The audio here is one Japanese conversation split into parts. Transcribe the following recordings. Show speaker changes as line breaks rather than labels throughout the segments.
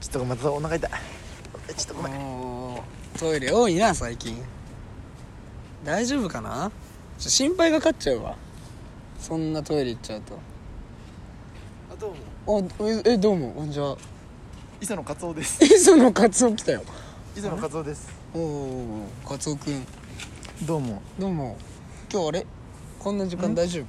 ちょっとごめんお腹痛いちょっとごめん
もうトイレ多いな最近大丈夫かなちょ心配がかかっちゃうわそんなトイレ行っちゃうと
あどうも
おええどうもこんにちは
磯野カツオです
磯野カツオ来たよ
磯野カツオです
おおカツオくん
どうも
どうも今日あれこんな時間
ん
大丈夫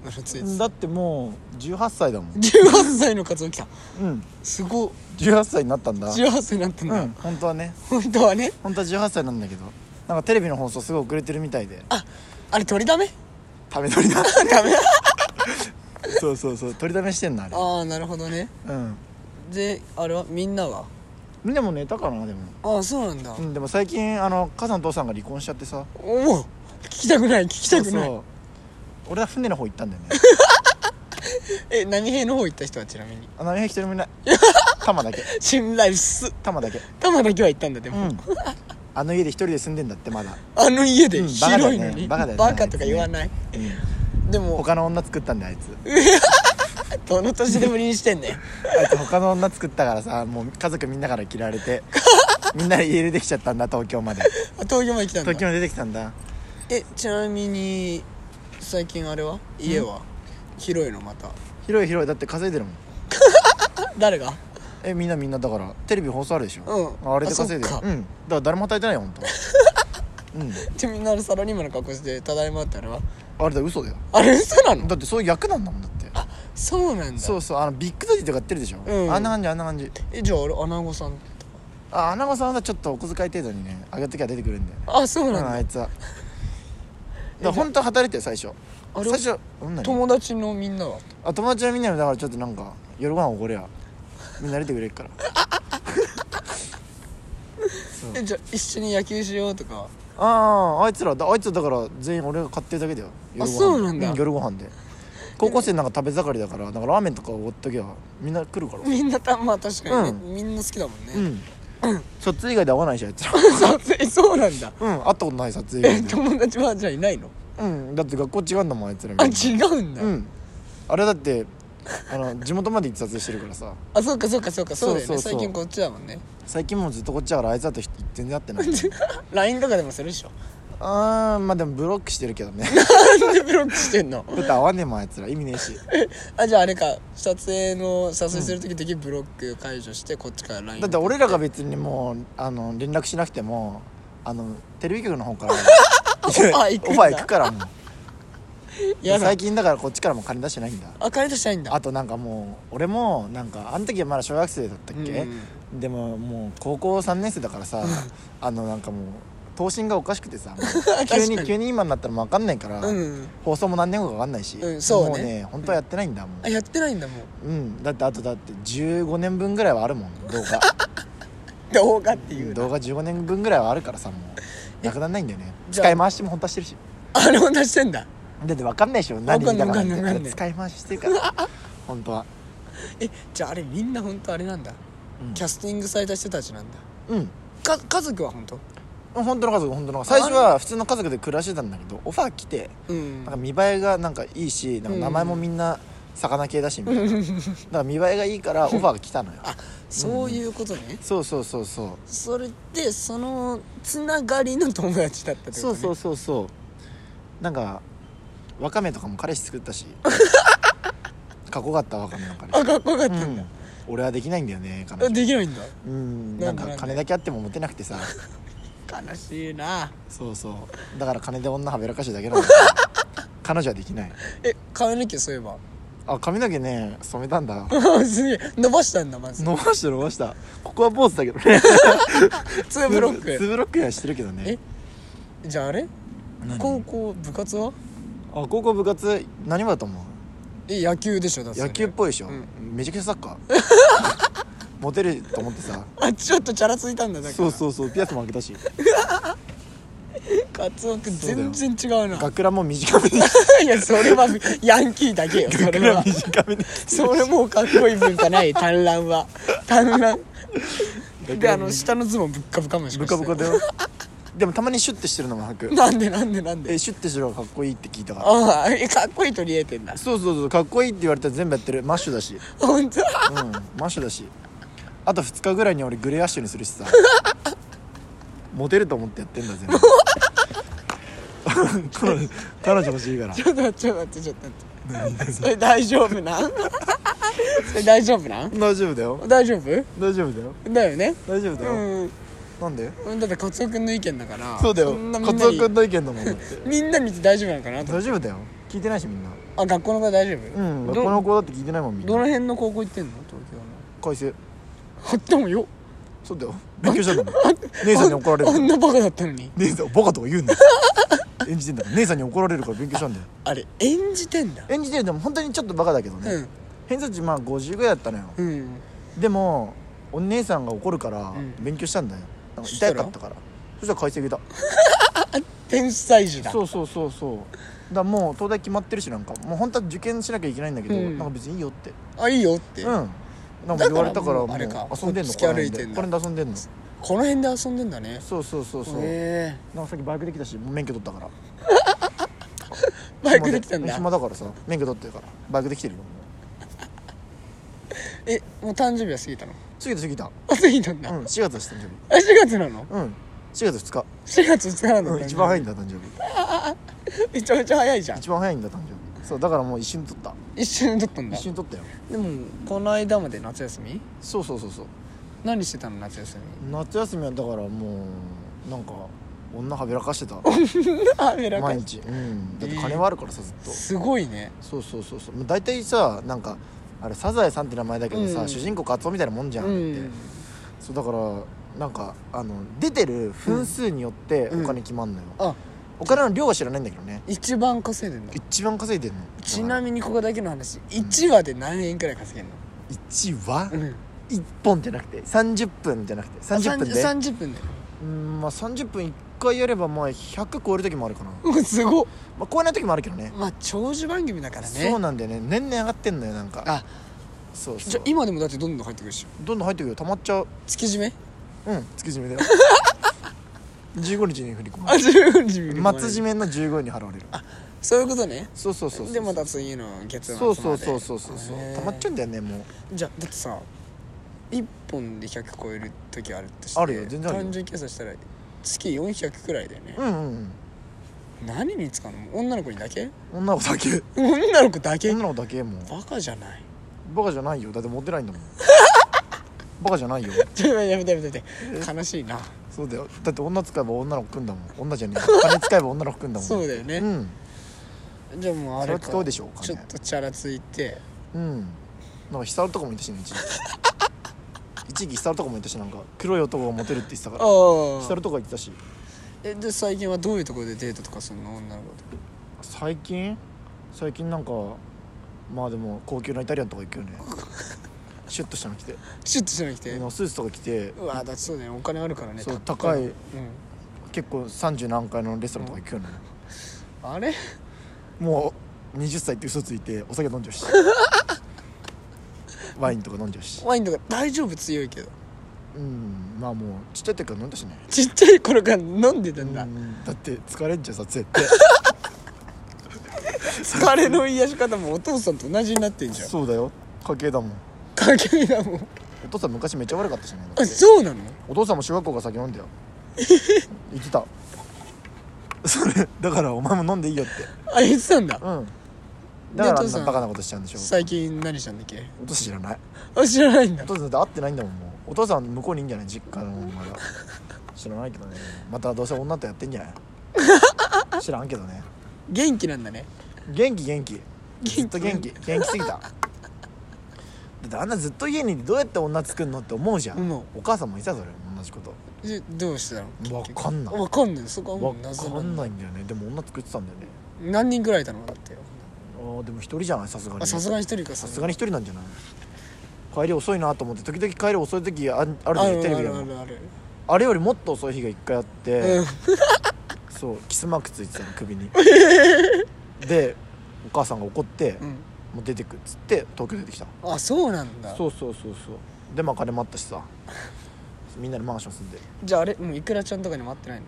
うろついてた
だってもう18歳だもん
18歳のカツオ来た
うん
すごっ
18歳になったんだ
18歳になってん
う
だ、
ん本当はね
本当はね
本当は18歳なんだけどなんかテレビの放送すごい遅れてるみたいで
あれ取りだめ
食べ取りだ
ダメ
そうそうそう取りだめしてんのあれ
ああなるほどね
うん
であれはみんなは
みんなも寝たかなでも
ああそうなんだ、
うんでも最近あの母さん父さんが離婚しちゃってさ
おお聞きたくない聞きたくない
そう俺は船の方行ったんだ よね
え何兵の方行った人はちなみ に
あ何一人もいない玉だけ
信頼す
玉だけ
玉だけは行ったんだで
う
も、
んあの家で一人で住んでんだってまだ、
あの家で
うん
広いのに、
バカだよね
バカとか言わない、
うん
でも
他の女作ったんだよあいつ
どの年でぶりにして んねん
あいつ他の女作ったからさもう家族みんなから嫌われ てみんなで家出てきちゃったんだ東京まで
あ東京まで来たんだ
東京まで出てきたんだ
えちなみに最近あれは家は、広いのまた
広い広いだって稼いでるもん
誰が
えみんなみんなだからテレビ放送あるでしょ、
うん
あれで稼いでる
あそっか
うんだから誰も働いてないよ 本当うん
じゃあみんなあのサラリーマンの格好して「ただいま」ってあれは
あれだ嘘だよ
あれ嘘なの
だってそういう役なんだもんだって
そうなんだ
そうそうあのビッグダディとかやってるでしょ、
うん
あんな感じあんな感じ
えじゃああれ穴子さん
あ穴子さんはさちょっとお小遣い程度にね上げときゃ出てくるんだよね
あそう
うん
なんだ、
あいつはだから本当は働いてるよ最初
あれ
最初うん何
友達のみんなは
あ友達のみんなもだからちょっとなんか夜ご飯おごれやみんな出てくれる からそう
えじゃあ一緒に野球しようとか
あああいつらだあいつらだから全員俺が買ってるだけだよ夜ご飯で
そうなんだ
夜ご飯で高校生なんか食べ盛りだからだからラーメンとかおごっときゃみんな来るから
みんなたまあ確かにね、
う
みんな好きだもんね、
うん撮影以外で会わないしあいつら
そうえそうなんだ
うん会ったことない撮影
え
以外で
友達はじゃあいないの
うんだって学校違うんだもんあいつらみんな
あ違うんだ、
うんあれだってあの地元まで行って撮影してるからさ
あそうかそうかそうかそうだよね
そうそうそう
最近こっちだもんね
最近もうずっとこっちだからあいつらとひ全然会 ってない
LINE とかでもするでしょ
あーまあでもブロックしてるけどね
なんでブロックしてんの
だって会わねえもんあいつら意味ねえし
あじゃああれか撮影の撮影する時だけブロック解除してこっちから LINE
だって俺らが別にもうあの連絡しなくてもあのテレビ局の方 からオフ
ァー行くんだ
オファー行くからもう
やだ
最近だからこっちからも金出してないんだ
あ解除したいんだ
あとなんかもう俺もなんかあの時はまだ小学生だったっけ、
うん
でももう高校3年生だからさあのなんかもう頭身がおかしくてさもう急
確か
に
に
急に今になったらもう分かんないから、
うん
放送も何年後か分かんないし、
うんそうね
もうね本当はやってないんだもん
あやってないんだもう
うん、だってあとだって15年分ぐらいはあるもん動画
動画っていうな
動画15年分ぐらいはあるからさもうなくならないんだよね
じゃあ
使い回しも本当はしてるし
あれを出してんだ
だって分かんないでしょ何
わかん
だ
ない
から
わかんないわかんない
使い回ししてるから 本当は
えじゃああれみんな本当あれなんだ、
うん
キャスティングされた人たちなんだ
うん
か家族は本当
本当の家族本当の家族最初は普通の家族で暮らしてたんだけどオファー来て
うん
なんか見栄えがなんかいいしなんか名前もみんな魚系だしみたいな、だから見栄えがいいからオファーが来たのよ
あそういうことね、
そうそうそうそう
それでそのつながりの友達だったってこ
そ
と、ね、
うそうそうそうなんかわかめとかも彼氏作った しかっこよかったわかめの彼
あ
氏、
かっこよかった
うんん
だ、、
俺はできないんだよね彼
あ
女
できないんだ
うん
な
なんん
で
か
なんで
金だけあってもモテなくて さ
悲しいな
そうそうだから金で女はべらかしてるだけなん だ彼女はできない
え髪の毛そういえば
あ髪の毛ね染めたんだ
すげえ伸ばしたんだまず
伸ばした伸ばしたここは坊主だけど ね
2ブロッ
ツー
ク
ブロックにはしてるけどね
じゃああれ
何
高校部活は
あ高校部活何部だと思う
え野球でしょだってそれ
野球っぽいでしょ、
うん
めちゃくちゃサッカー モテると思ってさ
あちょっとチャラついたんだだから
そうそうそうピアスも開けたし
カツオ君
そうだよ
全然違うな
学ランも短めに
いや それはヤンキーだ けよそれは
短めに
それもうかっこいい文化ない単乱は単乱であの
学
下のズボンぶっかぶかもし
ランも
か
ブ
し
カ
て
ブカだよでもたまにシュッてしてるのも履く
なんでなんでなんで
えシュッてしてるのがかっこいいって聞いたから
ああえかっこいいとりえてん だ
そうそうそうかっこいいって言われたら全部やってるマッシュだし
本当
うんマッシュだしあと2日ぐらいに俺グレーアッシュにするし さモテると思ってやってんだぜ 彼女欲しいから
ちょっと待ってちょっと待ってちょっと待ってそれ大丈夫なんそれ大丈夫なん
大丈夫だよ
大丈夫
大丈夫だよ
だよね
大丈夫だよ、
うん
なんで
うんだってカツオ君の意見だから
そうだよ
んなみ
カ
ん
ツ
な
オ
に
君の意見だもんだって
みんな見て大丈夫なのかなと
大丈夫だよ聞いてないしみんな
あ学校の子大丈
う
夫
ん
ど
学校の子だって聞いてないもんみん
どの
な
辺の高校行ってんの東京の
改正
あってもよ
そうだよ勉強したんだもん姉さんに怒られる
あ
から
んなバカだったのに
姉さんバカとか言うんだよ演じてんだから姉さんに怒られるから勉強したんだよ
あれ演じてんだ
演じてるでも本当にちょっとバカだけどね、
うん
偏差値まあ50ぐらいだったのよ
うん
でもお姉さんが怒るから
ん
勉強したんだよ、なんか
そした
痛
ら
かったからそしたら解析だ
天才児だ
そうそうそうそうだからもう東大決まってるしなんかもう本当は受験しなきゃいけないんだけど、
うん
なんか別にいいよって
あいいよって、
うんなんか
だから
言われたからも
もう
う
あれか
遊んでんの
こっち来て歩いてんだ
これで遊んでんの
この辺で遊んでんだね
そうそうそうそう、
へ
なんかさっきバイクできたしもう免許取ったから
えバイクできたんだ
暇だからさ免許取ってるからバイクできてるよもう
えもう誕生日は過ぎたの
過ぎた過ぎた
あ過ぎたんだ、
うん4月だし誕生日
あ4月なの
うん4月2日、
4月2日なんだ、
うん、一番早いん
だ
だ誕生日
めちゃめちゃ早いじゃん
一番早いんだ誕生日そうだからもう一瞬取った
一瞬だったんだ
一瞬取ったよ
でもこの間まで夏休み
そうそうそうそう
何してたの夏休 み
夏休みはだからもうなんか 女はべらかしてた
あめらか
毎
し
日うんだって金はあるからさずっと
すごいね
そうそうそうそうもう大体さなんかあれサザエさんって名前だけどさ、
うん
主人公カツオみたいなもんじゃん
う
って、
ん
そうだからなんかあの出てる分数によって
うん
お金決まんのよ、
あ
お金の量は知らないんだけどね
一番稼いでんの
一番稼いでんの
ちな
に
みにここだけの話1話で何円くらい稼げんの
1は
うん
1本じゃなくて30分じゃなくて
あ
30分で
30分で
うんまあ30分1回やればまあ100超える時もあるかな、
うんすごっ
まあ、超えない時もあるけどね
まあ長寿番組だからね
そうなんだよね年々上がってんのよなんか
あ
そう
じ
そ
ゃ
う
あ今でもだってどんどん入ってくるでしょ
どんどん入ってくるよ溜まっちゃう
月締め
うん月締めだよ 15日に振り込
あ
ま
15日見
れ
る
る松締めの15に払われる
そういうことね
そうそうそうそう
でまた次の月末ま
そ
で
うそうそうそうそうそう溜まっちゃうんだよねもう
じゃあだってさ1本で100超える時あるってして
あるよ全然あるよ
単純計算したら月400くらいだよね、
うんうん
何に使うの女の子にだけ
うん女の子だけ
女の子だけ
女の子だけもう
バカじゃない
バカじゃないよだってモテないんだもんバカじゃないよ
ちょっとやめてやめてやめて悲しいな
そうだよだって女使えば女の子くんだもん女じゃねえよ金使えば女の子くんだもん
そうだよね
うん
じゃあもうあれ
それは使うでしょうかね
ちょっとチャラついて
うんなんかヒサルとかもいたしね一時 期一時期ヒサルとかもいたしなんか黒い男がモテるって言ってたか
あ
らヒサ
あ
ルとか言ってたし
えで最近はどういうところでデートとかするの女の子と
最近最近なんかまあでも高級なイタリアンとか行くよ ねシュッとしたの着て
シュッとしなき
で
て
スーツとか着て
うわだってそうだよねお金あるからね
そう
たっぷり
高い結構30何回のレストランとか行く よね、
うん、あれ
もう20歳って嘘ついてお酒飲ん じゃうしワインとか飲んじゃうし
ワインとか大丈夫強いけど
うんまあもうちっちゃい時から飲んだしね
ちっちゃい頃から飲んでたんだ、
うんだって疲れんじゃんさ絶対
疲れの癒し方もお父さんと同じになってんじゃ ん
そうだよ家計だもん
家計だもん
お父さん昔めっちゃ悪かったしね
あそうなの
お父さんも小学校から酒飲ん だよ言ってたそれだからお前も飲んでいいよって
あ言ってたんだ
うんだからあ
でお父
ん
さん
なバカなことしちゃうんでしょ
最近何したんだっけ
お父さん知らない
あ知らないんだ
お父さんだって会ってないんだもんもうお父さん向こうにいんじゃない実家のま だ知らないけどねまたどうせ女とやってんじゃ ない知らんけどね
元気なんだね
元気元気ずっと元気元気すぎただってあんなずっと家にいてどうやって女作んのって思うじゃん、
思
お母さんも言ってたそれ同じこと
でどうしてたの
分かんない
わかんないそこはも
わ
う謎
か
なん
ん
だ
ないんだよねでも女作ってたんだよね
何人くらいいたのだってよ
あーでも一人じゃないさすが
あ
に
さすがに一人か
さすがに一人なんじゃない帰り遅いなと思って時々帰り遅い時ああるじゃ
あ
ん
る
テレ
あ
ビで
るあ
も
るある
あれよりもっと遅い日が一回あって、
うん
そうキスマークついてたの首 にでお母さんが怒って
う、ん
もう出てくっつって東京出てきた
あそうなんだ
そうそうそうそうでまあ金もあったしさ みんなでマンション住んで
じゃああれもういくらちゃんとかにも会ってないの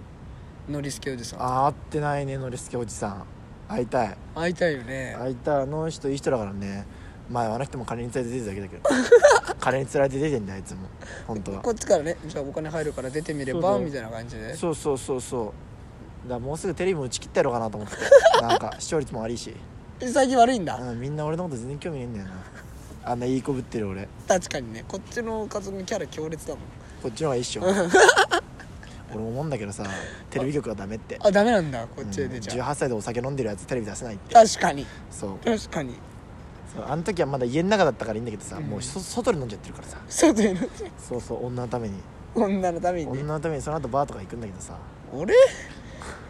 ノリスケおじさん
あー会ってないねノリスケおじさん会いたい
会いたいよね
会いたいあの人いい人だからね前はあの人も金に連れて出てただけだけど金に連れて出てんだよあいつも本当は
こっちからねじゃあお金入るから出てみれ
そう
ば
そう
みたいな感じで
そうそうそうそうだからもうすぐテレビも打ち切ったやろうかなと思ってなんか視聴率も悪いし、
最近悪いんだ
うん、みんな俺のこと全然興味ねえんだよなあんないい子ぶってる俺
確かにねこっちの家族のキャラ強烈だもん
こっちの方がいいっしょ俺思うんだけどさテレビ局はダメって
あダメなんだこっち
う
で
ん
出ちゃう、
18歳でお酒飲んでるやつテレビ出せないって
確かに
そう
確かに
そうあの時はまだ家の中だったからいいんだけどさ、
うん
もうそ外で飲んじゃってるからさ
外への
そうそう女のために
女のために
女
ね
のためにその後バーとか行くんだけどさ
俺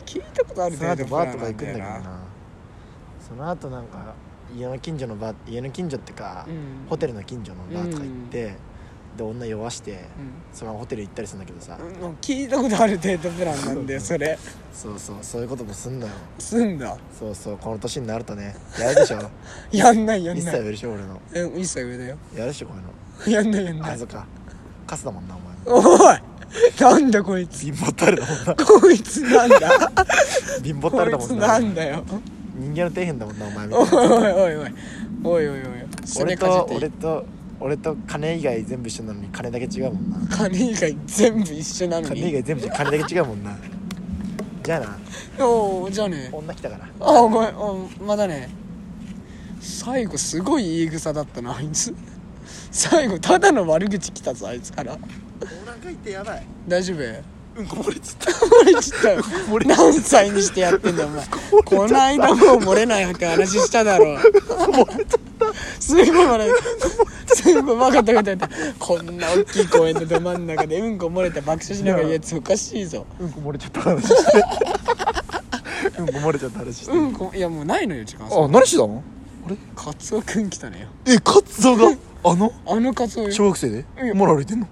聞いたことある
その後バーとか行くんだけどなその後なんか家の近所のバー家の近所ってか、
うん
ホテルの近所のバーとか行って、で女酔わして、そのままホテル行ったりするんだけどさ、
うん、うん、聞いたことあるデートプランなんでそれ
そうそうそういうこともすんのよ
すんだ
そうそうこの年になるとねやるで しょ
やんないやん
一
な
切
い
上でしょ俺の
え一切上だよ
やるでしょこういうの
やんないやんな
あ
い
そっかカスだもんなお前も
おいなんだこいつ
貧乏たるだもんな
こいつなん だ
貧乏た
こ
るだ
い
も
つ
ん
な
なん
だよ
人間の底辺だもんなお前みた
お
い
い
な
おいおいおいおいおいおいそれ
俺
か
と
じってい
俺
い
と俺と金以外全部一緒なのに金だけ違うもんな
金以外全部一緒なの
金以
に
外全部じゃ金だけ違うもんなじゃあな
おおじゃあね
女来たから
あごめんおまだね最後すごい言い草だったなあいつ最後ただの悪口来たぞあいつから
お腹痛いやばい
大丈夫
うんこ漏れ ちゃっ
漏れちゃった
漏
よ
れちゃった
何歳にしてやってんだよお前この間もう漏れないって話しただろすごい漏れすごい分かった分かったこんな大きい公園のど真ん中でうんこ漏れて爆笑しながら言うやつおかしいぞ
たうんこ漏れちゃった話 してうんこ漏れちゃった話して
うんこいやもうないのよ時間
あ何してたの
カツオくん来たねよ
えカツオがあの
あのカツオよ
小学生でまだ歩いてんの